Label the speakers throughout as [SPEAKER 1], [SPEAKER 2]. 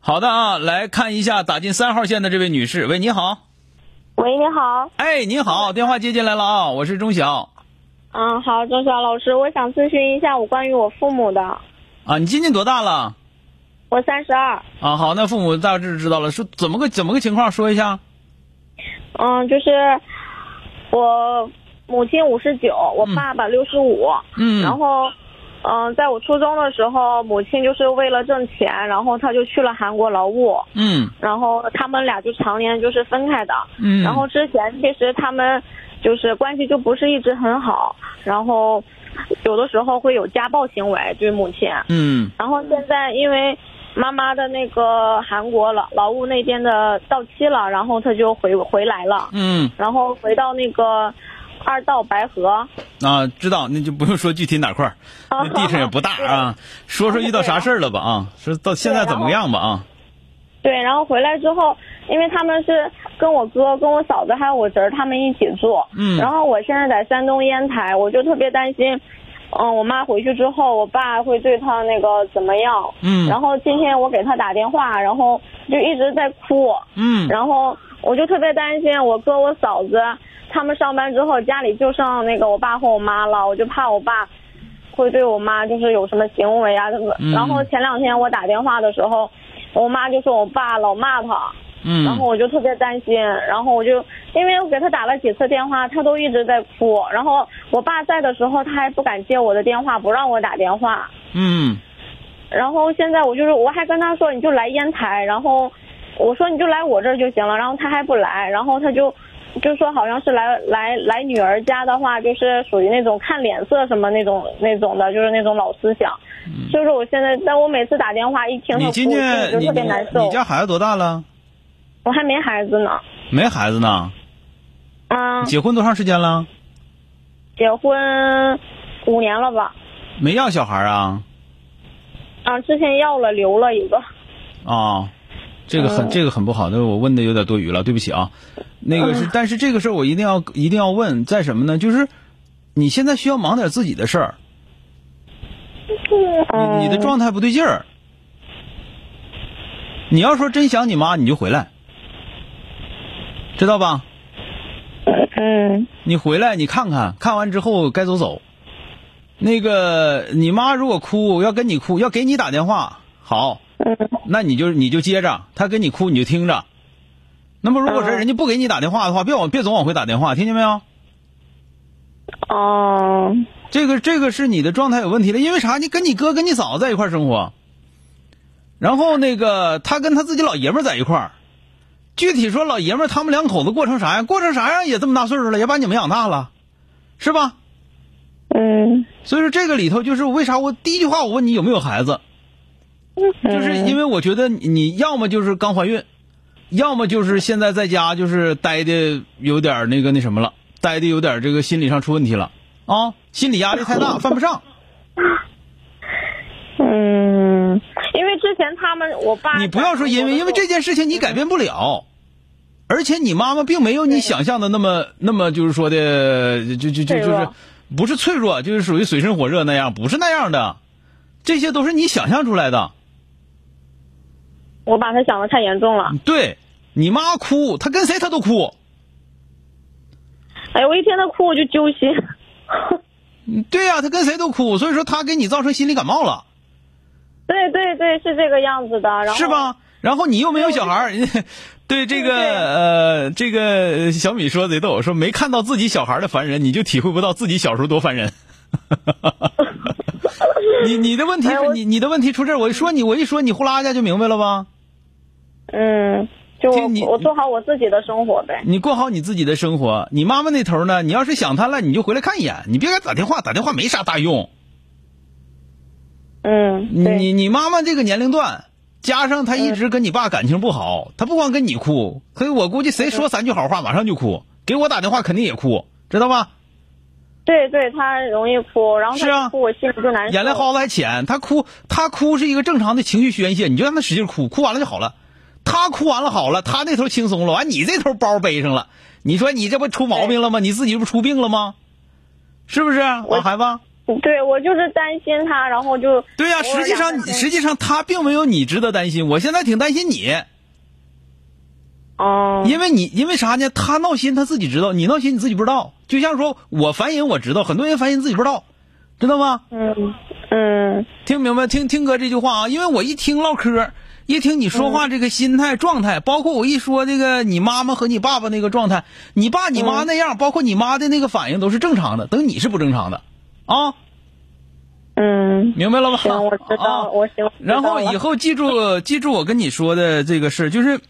[SPEAKER 1] 好的啊，来看一下打进三号线的这位女士。喂，你好。
[SPEAKER 2] 喂，你好。
[SPEAKER 1] 哎，你好，电话接进来了啊，我是钟晓。
[SPEAKER 2] 嗯，好，钟晓老师，我想咨询一下我关于我父母的。
[SPEAKER 1] 啊，你今年多大了？
[SPEAKER 2] 我三十二。
[SPEAKER 1] 啊，好，那父母大致知道了，说怎么个怎么个情况，说一下。
[SPEAKER 2] 嗯，就是我母亲五十九，我爸爸六十五。
[SPEAKER 1] 嗯
[SPEAKER 2] 然后，嗯，在我初中的时候，母亲就是为了挣钱，然后她就去了韩国劳务，
[SPEAKER 1] 嗯
[SPEAKER 2] 然后他们俩就常年就是分开的。
[SPEAKER 1] 嗯。
[SPEAKER 2] 然后之前其实他们就是关系就不是一直很好，然后有的时候会有家暴行为，对母亲。
[SPEAKER 1] 嗯
[SPEAKER 2] 然后现在因为妈妈的那个韩国劳劳务那边的到期了，然后她就回回来了，
[SPEAKER 1] 嗯
[SPEAKER 2] 然后回到那个二道白河。
[SPEAKER 1] 啊，知道，那就不用说具体哪块 儿，那地上也不大啊。说说遇到啥事儿了吧啊？说到现在怎么样吧啊？
[SPEAKER 2] 对，然后回来之后，因为他们是跟我哥、跟我嫂子还有我侄儿他们一起住，
[SPEAKER 1] 嗯
[SPEAKER 2] 然后我现在在山东烟台，我就特别担心，嗯，我妈回去之后，我爸会对她那个怎么样？
[SPEAKER 1] 嗯
[SPEAKER 2] 然后今天我给他打电话，然后就一直在哭，
[SPEAKER 1] 嗯
[SPEAKER 2] 然后我就特别担心我哥我嫂子他们上班之后，家里就剩那个我爸和我妈了，我就怕我爸会对我妈就是有什么行为啊什么。
[SPEAKER 1] 嗯
[SPEAKER 2] 然后前两天我打电话的时候，我妈就说我爸老骂他，
[SPEAKER 1] 嗯。
[SPEAKER 2] 然后我就特别担心，然后我就因为我给他打了几次电话，他都一直在哭。然后我爸在的时候，他还不敢接我的电话，不让我打电话。
[SPEAKER 1] 嗯
[SPEAKER 2] 然后现在我就是我还跟他说你就来烟台，然后我说你就来我这儿就行了，然后他还不来，然后他就就说好像是来来来女儿家的话，就是属于那种看脸色什么那种那种的，就是那种老思想。所以说我现在，但我每次打电话一听他
[SPEAKER 1] 你
[SPEAKER 2] 哭，
[SPEAKER 1] 今
[SPEAKER 2] 我
[SPEAKER 1] 年
[SPEAKER 2] 就
[SPEAKER 1] 你
[SPEAKER 2] 特别难
[SPEAKER 1] 你
[SPEAKER 2] 受
[SPEAKER 1] 你。家孩子多大了？
[SPEAKER 2] 我还没孩子呢，
[SPEAKER 1] 没孩子呢？
[SPEAKER 2] 嗯，
[SPEAKER 1] 结婚多长时间了？
[SPEAKER 2] 结婚五年了吧，
[SPEAKER 1] 没要小孩啊？
[SPEAKER 2] 啊，之前要了留了一个，
[SPEAKER 1] 啊，这个很、这个很不好，但是我问的有点多余了，对不起啊。那个是，但是这个事儿我一定要一定要问，在什么呢？就是你现在需要忙点自己的事儿，
[SPEAKER 2] 嗯，
[SPEAKER 1] 你你的状态不对劲儿。你要说真想你妈，你就回来，知道吧？
[SPEAKER 2] 嗯
[SPEAKER 1] 你回来你看看，看完之后该走走。那个你妈如果哭，要跟你哭，要给你打电话，好，
[SPEAKER 2] 嗯
[SPEAKER 1] 那你就你就接着，他跟你哭你就听着。那么如果是
[SPEAKER 2] 嗯
[SPEAKER 1] 人家不给你打电话的话，别往别总往回打电话，听见没有？
[SPEAKER 2] 哦，
[SPEAKER 1] 这个这个是你的状态有问题了，因为啥？你跟你哥跟你嫂子在一块儿生活，然后那个他跟他自己老爷们儿在一块儿，具体说老爷们儿他们两口子过成啥样？过成啥样也这么大岁数了，也把你们养大了，是吧？
[SPEAKER 2] 嗯
[SPEAKER 1] 所以说这个里头就是为啥我第一句话我问你有没有孩子，
[SPEAKER 2] 嗯
[SPEAKER 1] 就是因为我觉得你你要么就是刚怀孕，要么就是现在在家就是待的有点儿那个那什么了，待的有点儿这个心理上出问题了啊，心理压力太大，犯不上。
[SPEAKER 2] 嗯，因为之前他们我爸
[SPEAKER 1] 你不要说因为，因为这件事情你改变不了，而且你妈妈并没有你想象的那么那么就是说的就就就就
[SPEAKER 2] 脆
[SPEAKER 1] 是
[SPEAKER 2] 弱
[SPEAKER 1] 不是脆弱，就是属于水深火热那样，不是那样的，这些都是你想象出来的。
[SPEAKER 2] 我把他想的太严重了。
[SPEAKER 1] 对你妈哭，她跟谁她都哭。
[SPEAKER 2] 哎呦，我一听他哭我就揪心。
[SPEAKER 1] 嗯对呀、她跟谁都哭，所以说她给你造成心理感冒了，
[SPEAKER 2] 对对对，是这个样子的。然后
[SPEAKER 1] 是？吧？然后你又没有小孩儿， 人家对这个
[SPEAKER 2] 对对
[SPEAKER 1] 呃，这个小米说贼逗，说没看到自己小孩儿的烦人，你就体会不到自己小时候多烦人。 你你的问题
[SPEAKER 2] 哎
[SPEAKER 1] 是
[SPEAKER 2] 我
[SPEAKER 1] 你你的问题出这儿，我一说你我一说你呼啦一下就明白了吧？
[SPEAKER 2] 嗯，就
[SPEAKER 1] 就你
[SPEAKER 2] 我我做好我自己的生活呗。
[SPEAKER 1] 你过好你自己的生活，你妈妈那头儿呢？你要是想她了，你就回来看一眼，你别给她打电话，打电话没啥大用。
[SPEAKER 2] 嗯，
[SPEAKER 1] 你
[SPEAKER 2] 对，呃
[SPEAKER 1] 你你妈妈这个年龄段，加上他一直跟你爸感情不好，他不光跟你哭，所以我估计
[SPEAKER 2] 嗯
[SPEAKER 1] 谁说三句好话，马上就哭。给我打电话肯定也哭，知道吧？
[SPEAKER 2] 对对，他容易哭，然后
[SPEAKER 1] 是啊
[SPEAKER 2] 他哭我心里就难受。
[SPEAKER 1] 眼泪耗子还浅，他哭，他哭是一个正常的情绪宣泄，你就让他使劲哭，哭完了就好了。他哭完了好了，他那头轻松了，完你这头包背上了，你说你这不出毛病了吗？你自己不出病了吗？是不是啊，
[SPEAKER 2] 我
[SPEAKER 1] 老孩子？
[SPEAKER 2] 嗯对我就是担心他，然后就
[SPEAKER 1] 对呀、
[SPEAKER 2] 偶尔
[SPEAKER 1] 实际上
[SPEAKER 2] 让他
[SPEAKER 1] 实际上他并没有你值得担心，我现在挺担心你，
[SPEAKER 2] 嗯
[SPEAKER 1] 因为你因为啥呢？他闹心他自己知道，你闹心你自己不知道。就像说我烦人我知道，很多人烦人自己不知道，知道吗？
[SPEAKER 2] 嗯嗯
[SPEAKER 1] 听明白，听听哥这句话啊，因为我一听唠嗑，一听你说话这个心态、状
[SPEAKER 2] 嗯
[SPEAKER 1] 态，包括我一说这个你妈妈和你爸爸那个状态，你爸你妈那
[SPEAKER 2] 嗯
[SPEAKER 1] 样，包括你妈的那个反应都是正常的，等你是不正常的，啊，
[SPEAKER 2] 嗯，
[SPEAKER 1] 明白了吧？
[SPEAKER 2] 行，我知道，
[SPEAKER 1] 啊
[SPEAKER 2] 我行。
[SPEAKER 1] 然后以
[SPEAKER 2] 后
[SPEAKER 1] 后记 住记住我跟你说的这个事儿，就是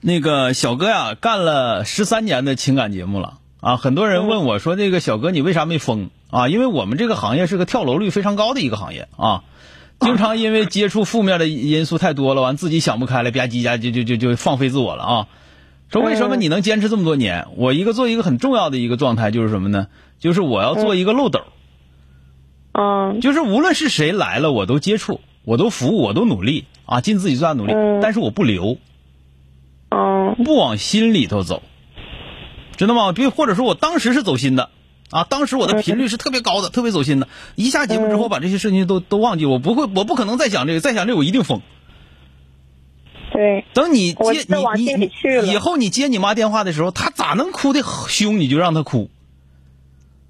[SPEAKER 1] 那个小哥呀、干了十三年的情感节目了啊。很多人问我说，这个小哥你为啥没封啊？因为我们这个行业是个跳楼率非常高的一个行业啊。经常因为接触负面的因素太多了，完自己想不开了，吧唧吧唧就就就就放飞自我了啊！说为什么你能坚持这么多年？
[SPEAKER 2] 嗯
[SPEAKER 1] 我一个做一个很重要的一个状态就是什么呢？就是我要做一个漏斗，
[SPEAKER 2] 嗯
[SPEAKER 1] 就是无论是谁来了，我都接触，我都服务，我都努力啊，尽自己最大努力。
[SPEAKER 2] 嗯
[SPEAKER 1] 但是我不留，
[SPEAKER 2] 嗯
[SPEAKER 1] 不往心里头走，知道吗？别或者说我当时是走心的啊，当时我
[SPEAKER 2] 嗯
[SPEAKER 1] 的频率是特别高的，特别走心的。一下节目之后，把这些事情都都忘记，我不会，我不可能再想这个，再想这个我一定疯。
[SPEAKER 2] 对
[SPEAKER 1] 等你
[SPEAKER 2] 我
[SPEAKER 1] 接
[SPEAKER 2] 是往
[SPEAKER 1] 你
[SPEAKER 2] 心里
[SPEAKER 1] 你
[SPEAKER 2] 去了
[SPEAKER 1] 以后你接你妈电话的时候，她咋能哭的凶，你就让她哭。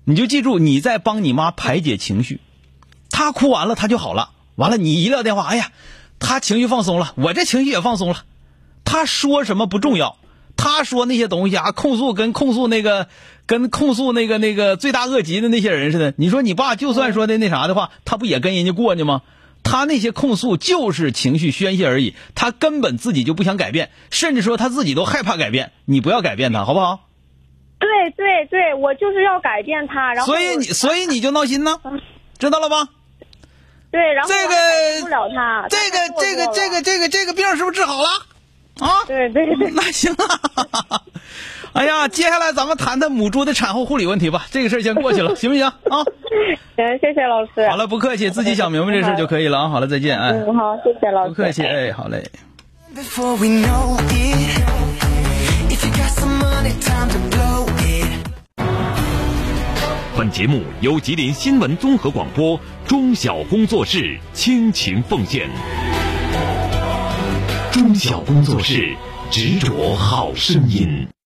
[SPEAKER 1] 你就记住，你在帮你妈排解情绪，她哭完了她就好了。完了，你一撂电话，哎呀，她情绪放松了，我这情绪也放松了。她说什么不重要，她说那些东西啊，控诉跟控诉那个跟控诉那个那个罪大恶极的那些人似的。你说你爸就算说的那啥的话，他不也跟人家过呢吗？他那些控诉就是情绪宣泄而已，他根本自己就不想改变，甚至说他自己都害怕改变。你不要改变他，好不好？
[SPEAKER 2] 对对对，我就是要改变他，然后嗯
[SPEAKER 1] 所以你所以你就闹心呢，知道了吧？
[SPEAKER 2] 对，然后
[SPEAKER 1] 这
[SPEAKER 2] 我
[SPEAKER 1] 个
[SPEAKER 2] 改变不了他，
[SPEAKER 1] 这
[SPEAKER 2] 啊他
[SPEAKER 1] 个这
[SPEAKER 2] 太
[SPEAKER 1] 个
[SPEAKER 2] 懦
[SPEAKER 1] 这
[SPEAKER 2] 弱了
[SPEAKER 1] 个这个这个病是不是治好了？啊，
[SPEAKER 2] 对对对，
[SPEAKER 1] 那行啊。哎呀，接下来咱们谈谈母猪的产后护理问题吧，这个事儿先过去了，行不行啊？
[SPEAKER 2] 行，谢谢老师。
[SPEAKER 1] 好了，不客气，自己想明白这事儿就可以了啊。好了，再见，哎，
[SPEAKER 2] 嗯，好，谢谢老师。
[SPEAKER 1] 不客气，哎，好嘞。
[SPEAKER 3] before we know it. If you got some money, time to blow it.
[SPEAKER 4] 本节目由吉林新闻综合广播中小工作室倾情奉献。中小工作室执着好声音。